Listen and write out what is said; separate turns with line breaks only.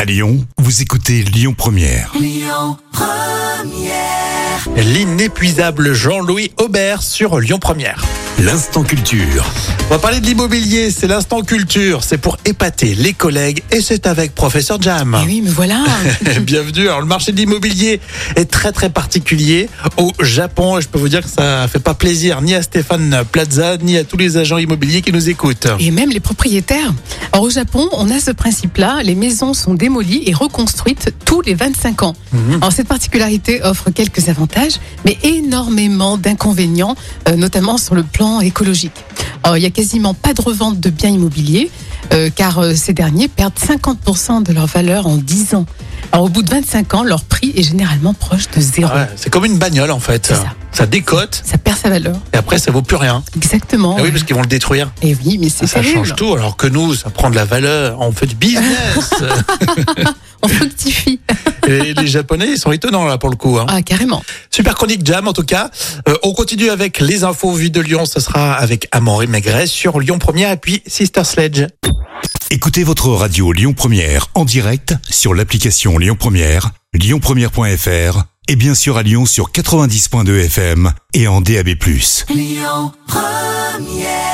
À Lyon, vous écoutez Lyon Première.
L'inépuisable Jean-Louis Aubert sur Lyon Première.
L'instant culture.
On va parler de l'immobilier, c'est l'instant culture, c'est pour épater les collègues et c'est avec professeur Jam.
Eh oui, mais voilà.
Bienvenue. Alors le marché de l'immobilier est très très particulier au Japon et je peux vous dire que ça fait pas plaisir ni à Stéphane Plaza ni à tous les agents immobiliers qui nous écoutent.
Et même les propriétaires. Alors au Japon, on a ce principe-là, les maisons sont démolies et reconstruites tous les 25 ans.
Mhm.
Alors cette particularité offre quelques avantages, mais énormément d'inconvénients, euh, notamment sur le plan écologique. Alors, il y a quasiment pas de revente de biens immobiliers, euh, car euh, ces derniers perdent 50% de leur valeur en 10 ans. Alors, au bout de 25 ans, leur prix est généralement proche de zéro.
Ah Ouais, c'est comme une bagnole en fait.
C'est ça.
décote
Ça perd sa valeur.
et après ça vaut plus rien.
Exactement.
Ah oui, parce qu'ils vont le détruire.
Et oui, mais Oh, c'est
Ça
terrible.
change tout, alors que nous, ça prend de la valeur, on fait du business.
On fructifie.
Et les Japonais, ils sont étonnants là pour le coup. hein.
Ah, carrément.
Super chronique Jam en tout cas. Euh, on continue avec les infos vie de Lyon. Ce sera avec Amaury Maigret sur Lyon 1 puis Sister Sledge.
Écoutez votre radio Lyon Première en direct sur l'application Lyon Première, lyonpremière.fr et bien sûr à Lyon sur 90.2 FM et en DAB+.
Lyon Première